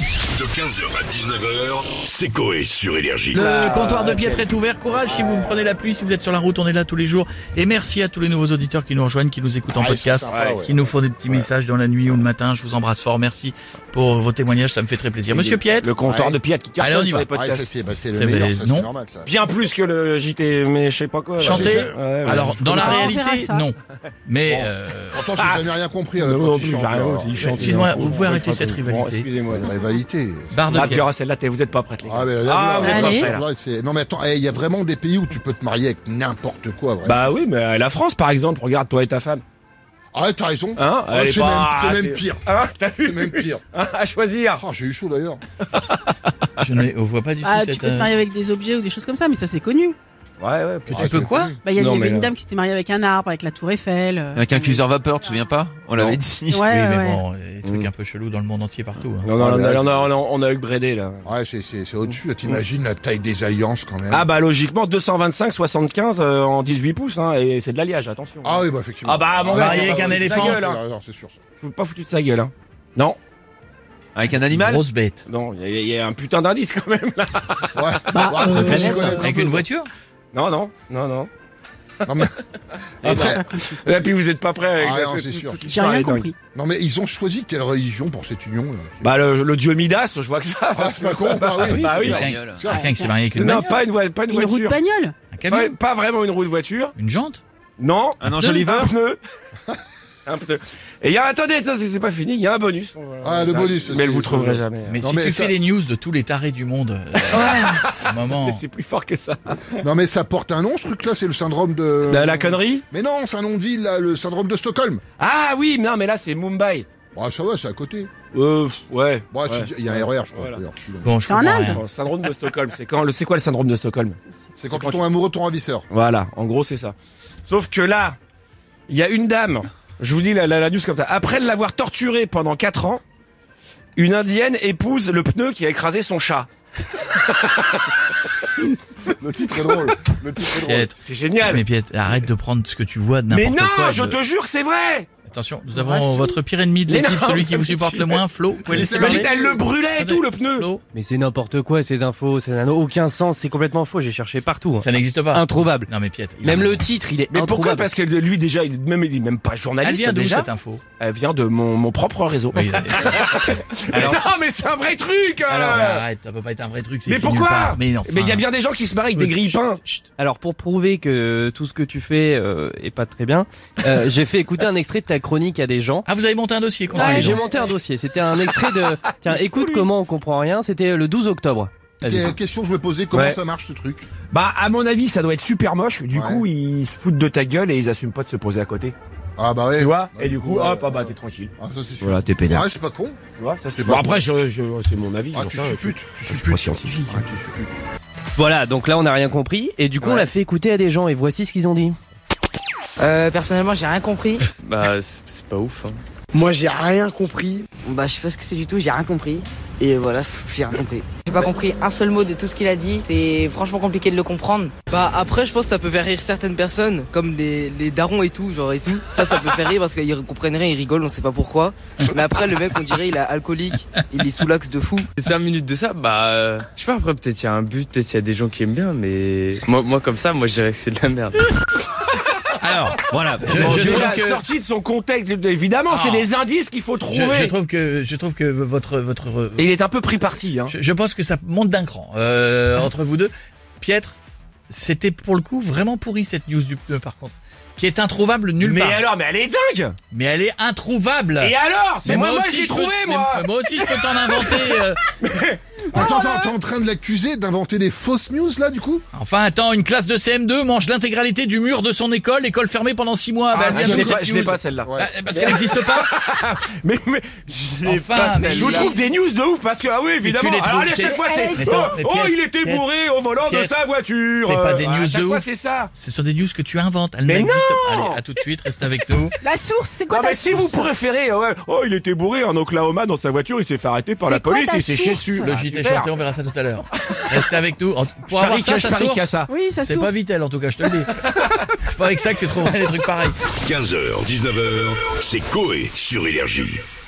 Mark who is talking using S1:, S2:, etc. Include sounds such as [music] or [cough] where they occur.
S1: De 15h à 19h, c'est Coé sur Énergie.
S2: Le comptoir de Pietre est ouvert. Courage si vous prenez la pluie, si vous êtes sur la route, on est là tous les jours. Et merci à tous les nouveaux auditeurs qui nous rejoignent, qui nous
S3: Ah,
S2: écoutent en Ah, podcast, qui nous font des petits messages dans la nuit ou le matin. Je vous embrasse fort. Merci pour vos témoignages, ça me fait très plaisir. Monsieur Pietre,
S3: Le comptoir de Piat qui
S2: Allez, on
S3: cartonne
S2: y
S3: sur les
S2: va.
S3: podcasts.
S4: Ouais, ça, c'est bah, c'est le
S2: C'est
S4: meilleur,
S2: vrai,
S4: ça,
S2: non.
S4: c'est normal, ça.
S3: Bien plus que le JT, mais je sais pas quoi. là.
S2: chanter.
S3: Ouais, ouais,
S2: Alors,
S3: je
S2: dans la
S3: comprends.
S5: comprends. On verra
S2: réalité,
S5: ça.
S2: non. Mais, euh,
S4: Pourtant, j'ai jamais rien compris à la
S3: Ah. Non,
S4: quand
S3: non
S4: il
S3: plus, j'ai
S4: chante,
S3: rien
S4: alors.
S3: compris, il chante,
S2: Excuse-moi,
S3: il en
S2: vous
S3: fout.
S2: pouvez arrêter
S3: Bon,
S2: cette rivalité.
S3: Excusez-moi.
S4: La rivalité.
S2: barre de
S3: Ah, puis il y
S2: Pierre.
S3: aura celle-là, t'es- vous êtes pas prêtes, les gars.
S4: Ah, mais là,
S3: Ah,
S4: là,
S3: vous
S4: là,
S5: êtes
S4: là,
S5: pas
S4: là,
S3: prêts, là.
S4: là, c'est- Non, mais attends, eh, il y a vraiment des pays où tu peux te marier avec n'importe quoi, vraiment.
S3: Bah oui, mais euh, la France, par exemple, regarde, toi et ta femme.
S4: Ah, ouais, t'as raison.
S3: Hein
S4: Ah,
S3: Elle est
S4: c'est
S3: pas-
S4: même, c'est
S3: c'est-
S4: même pire.
S3: Hein T'as
S4: C'est même
S3: vu
S4: pire. [laughs]
S3: Hein, À choisir.
S4: Ah, j'ai eu chaud d'ailleurs.
S2: Je ne on voit pas du tout
S5: Ah,
S2: cette,
S5: tu peux te
S2: euh,
S5: marier avec des objets ou des choses comme ça, mais ça c'est connu.
S3: Ouais, ouais.
S2: tu peux quoi
S5: Bah, il y a- il y
S3: Non, mais
S5: avait une
S3: là-
S5: dame qui s'était mariée avec un arbre, avec la tour Eiffel. euh,
S6: Avec un cuiseur vapeur, tu te souviens pas On l'avait dit.
S5: Ouais,
S2: Oui,
S5: ouais,
S2: mais
S5: ouais.
S2: bon, euh, des
S3: Mm.
S2: trucs un peu chelous dans le monde entier partout. hein.
S3: Non, non,
S4: Ah,
S3: on
S4: mais
S3: a-
S4: là,
S3: on a- on a- on a eu Brédé, là.
S4: Ouais, c'est, c'est, c'est au-dessus. là. T'imagines la taille des alliances quand même.
S3: Ah bah logiquement 225 75 euh, en 18 pouces hein, et c'est de l'alliage attention.
S4: Ah oui, bah effectivement.
S3: Ah bah mon
S2: Ah,
S3: gars,
S2: marié
S3: c'est
S2: avec
S3: pas
S2: un
S3: foutu de sa
S2: éléphant.
S3: gueule, hein.
S4: Ah, non, c'est sûr. ça.
S3: Faut pas foutu de sa gueule hein. Non,
S6: Avec un animal
S2: Grosse bête.
S3: non, il y, a- il y a un putain d'indice quand même là. [laughs]
S4: Ouais. Bah,
S5: euh,
S4: après, faut s'y
S5: Avec
S4: connaître un
S2: Avec
S4: peu.
S2: une voiture
S3: Non non, non non.
S4: Non, mais... Après,
S3: Et puis vous êtes pas prêts avec
S4: Ah
S3: la-
S4: non, c'est
S3: toute-
S4: sûr.
S3: toute
S5: J'ai
S3: l'histoire,
S5: rien
S3: elle est dingue.
S5: compris.
S4: non, mais ils ont choisi quelle religion pour cette union là
S3: Bah le, le dieu Midas, je vois que ça.
S4: Ah, c'est pas con. Bah oui. Ah,
S3: Bah
S2: c'est
S3: oui.
S2: quelqu'un-
S6: Bagnole.
S4: C'est vrai.
S2: Quelqu'un qui s'est marié avec une
S3: non,
S2: bagnole,
S3: pas une, voie- pas une
S5: Une roue de
S3: voiture.
S5: bagnole
S2: un
S3: Pas,
S2: camion,
S3: pas vraiment une roue de voiture.
S2: une jante.
S3: Non.
S6: Un
S3: Un pneu.
S6: enjoliveur
S3: Un pneu. Un pneu. Et il y a attendez, attendez, c'est pas fini, il y a un bonus. on va-
S4: Ah, le
S3: Là,
S4: bonus,
S3: Mais
S4: c'est-
S3: vous le trouverez jamais.
S2: Mais
S4: Non,
S2: si
S4: mais
S2: tu
S4: ça-
S2: fais les news de tous les tarés du monde, euh, à un moment.
S3: Mais [laughs] C'est plus fort que ça.
S4: Non, mais ça porte un nom, ce truc-là. C'est le syndrome de.
S3: La- la connerie
S4: Mais non, c'est un nom de ville, là, le syndrome de Stockholm.
S3: Ah oui, non, mais là c'est Mumbai.
S4: Bah, ça va, c'est à côté.
S3: Euh, pff, ouais.
S4: Bon,
S3: ouais.
S4: c'est- il y a un RER, je crois.
S3: Voilà.
S4: d'ailleurs.
S2: Bon, je
S5: C'est en
S2: comprends
S5: Inde.
S2: rien.
S3: Bon, syndrome de Stockholm, c'est quand le, c'est quoi le syndrome de Stockholm
S4: C'est quand, tu
S3: quand
S4: tombes amoureux de ton ravisseur.
S3: Voilà, en gros c'est ça. Sauf que là, il y a une dame. Je vous dis la, la, la news comme ça. Après l'avoir torturée pendant 4 ans, une indienne épouse le pneu qui a écrasé son chat.
S4: [laughs] Le titre est drôle. Le titre est drôle.
S2: Piet,
S3: C'est génial.
S2: Mais
S3: Mais,
S2: Piet, arrête de prendre ce que tu vois de n'importe
S3: non,
S2: quoi. de-
S3: je te jure que c'est vrai.
S2: Attention, nous avons votre pire ennemi de
S3: Mais
S2: l'équipe,
S3: non,
S2: celui qui
S3: mais
S2: vous supporte
S3: tu-
S2: le moins, Flo. Vous pouvez laisser
S4: c'est-
S3: Imagine,
S2: parler.
S3: elle le brûlait et tout le pneu.
S2: Flo,
S7: Mais c'est n'importe quoi ces infos, ça n'a aucun sens, c'est complètement faux, j'ai cherché partout.
S2: ça n'existe pas.
S7: Introuvable.
S2: Non mais Piet, il a
S7: Même
S2: raison.
S7: le titre, il est
S3: Mais pourquoi
S7: introuvable.
S3: Parce que lui déjà, il est même il est même pas
S2: Elle
S3: journaliste
S2: vient d'où
S3: déjà.
S2: cette info
S3: Elle vient de mon, mon propre réseau. [laughs]
S2: Oui,
S3: Alors, non, mais c'est un vrai truc.
S2: Alors,
S3: euh.
S2: arrête, ça peut pas être un vrai truc. c'est
S3: Mais
S2: écrit nulle
S3: pourquoi
S2: part. Mais non.
S3: Mais il y a bien des gens qui se marient avec des grille-pains.
S7: Alors pour prouver que tout ce que tu fais euh, est pas très bien, euh, [laughs] j'ai fait écouter un extrait de ta chronique à des gens.
S2: Ah, vous avez monté un dossier contre
S7: Et
S2: les
S7: j'ai
S2: gens.
S7: monté un dossier, c'était un extrait de... Tiens, écoute comment on comprend rien, c'était le 12 octobre. Vas-y.
S4: Que- Question que je me posais, comment
S3: Ouais.
S4: ça marche ce truc
S3: Bah, à mon avis, ça doit être super moche. Du
S4: Ouais.
S3: coup, ils se foutent de ta gueule et ils assument pas de se poser à côté.
S4: Ah bah ouais.
S3: Tu vois
S4: Bah,
S3: Et du coup,
S4: ouais.
S3: hop, ah bah, t'es tranquille.
S4: Ah ça c'est sûr.
S3: Voilà, t'es pédère.
S4: Ouais, c'est pas con.
S3: Tu vois, ça c'est
S4: C'est
S3: bon.
S4: pas-
S3: Après, je, je- c'est mon avis.
S4: Ah
S3: j'en
S4: tu
S3: sais rien.
S4: supputes, tu
S3: suis
S4: supputes.
S3: pas scientifique.
S4: Ah, tu supputes.
S7: Voilà, donc là on n'a rien compris, et du coup on
S4: Ouais.
S7: l'a fait écouter à des gens, et voici ce qu'ils ont dit.
S8: Euh, personnellement, j'ai rien compris.
S9: [laughs] Bah, c'est c'est pas ouf. Hein.
S10: Moi j'ai rien compris.
S8: bah, je sais pas ce que c'est du tout, j'ai rien compris. Et voilà, pff, j'ai rien compris. J'ai pas compris un seul mot de tout ce qu'il a dit. C'est franchement compliqué de le comprendre. Bah, après, je pense que ça peut faire rire certaines personnes, comme les, les darons et tout, genre et tout. Ça, ça peut faire rire parce qu'ils comprennent rien, ils rigolent, on sait pas pourquoi. Mais après, le mec, on dirait, il est alcoolique, il est sous l'axe de fou.
S9: Et Cinq minutes de ça, bah, euh, je sais pas, après, peut-être il y a un but, peut-être il y a des gens qui aiment bien, mais moi, moi comme ça, moi, je dirais que c'est de la merde.
S2: Alors, voilà. Je,
S3: Bon,
S2: je
S3: déjà
S2: trouve que-
S3: sorti de son contexte, évidemment, c'est
S2: Ah.
S3: des indices qu'il faut
S2: je-
S3: trouver.
S2: je trouve que je trouve que votre votre
S3: Et il est un peu pris parti, hein.
S2: Je, je pense que ça monte d'un cran euh, entre vous deux. Piètre, c'était pour le coup vraiment pourri cette news du pneu par contre, qui est introuvable nulle
S3: mais
S2: part.
S3: alors, mais elle est dingue
S2: Mais elle est introuvable.
S3: Et alors C'est
S2: Mais
S3: moi, moi, je l'ai
S2: je peux-
S3: trouvé,
S2: mais-
S3: moi
S2: mais moi aussi je peux t'en inventer.
S3: [laughs]
S2: euh.
S4: Attends, attends, t'es en train de l'accuser d'inventer des fausses news là du coup
S2: Enfin attends, une classe de CM2 mange l'intégralité du mur de son école, école fermée pendant six mois. Bah, elle vient
S3: Ah, Je
S2: d'où,
S3: l'ai
S2: cette
S3: pas- je l'ai
S2: news
S3: pas, celle-là.
S4: Ouais.
S2: Bah, parce qu'elle n'existe pas.
S3: Mais, mais
S2: Enfin, mais
S3: je vous trouve des news de ouf parce que, ah oui, évidemment.
S2: les
S3: Alors,
S2: trouves-
S3: allez, à chaque fois, c'est.
S2: Mais
S3: Oh,
S2: attends, mais
S3: oh,
S2: Pierre-
S3: il était
S2: Pierre-
S3: bourré au volant de
S2: Pierre-
S3: sa voiture
S2: C'est pas des
S3: Euh,
S2: news
S3: À
S2: de
S3: chaque fois,
S2: ouf.
S3: c'est ça
S2: Ce sont des news que tu inventes. Elles
S3: Mais
S2: n'existent pas.
S3: non
S2: Allez, à tout de suite, reste avec nous.
S5: La source, c'est
S3: Non,
S5: quoi
S3: mais
S5: ta
S3: si vous
S5: source
S3: préférez, euh, ouais, oh, il était bourré en Oklahoma dans sa voiture, il s'est fait arrêter par
S5: C'est
S3: la
S5: quoi
S3: police,
S5: ta
S3: il s'est chié
S5: source
S3: dessus.
S2: Le
S3: Ah,
S2: gîte est
S3: super.
S2: chanté, on verra ça tout à l'heure. Restez avec nous. En- Pour avoir
S3: Parie
S2: ça,
S3: que
S2: sa
S3: je parie
S2: source,
S3: qu'à ça.
S5: Oui, ça
S2: c'est pas
S5: source.
S2: Vitel en tout cas, je te le
S5: [laughs]
S2: dis. je parie que ça que tu trouverais des trucs pareils.
S1: 15h, 19h, c'est Coé sur Énergie.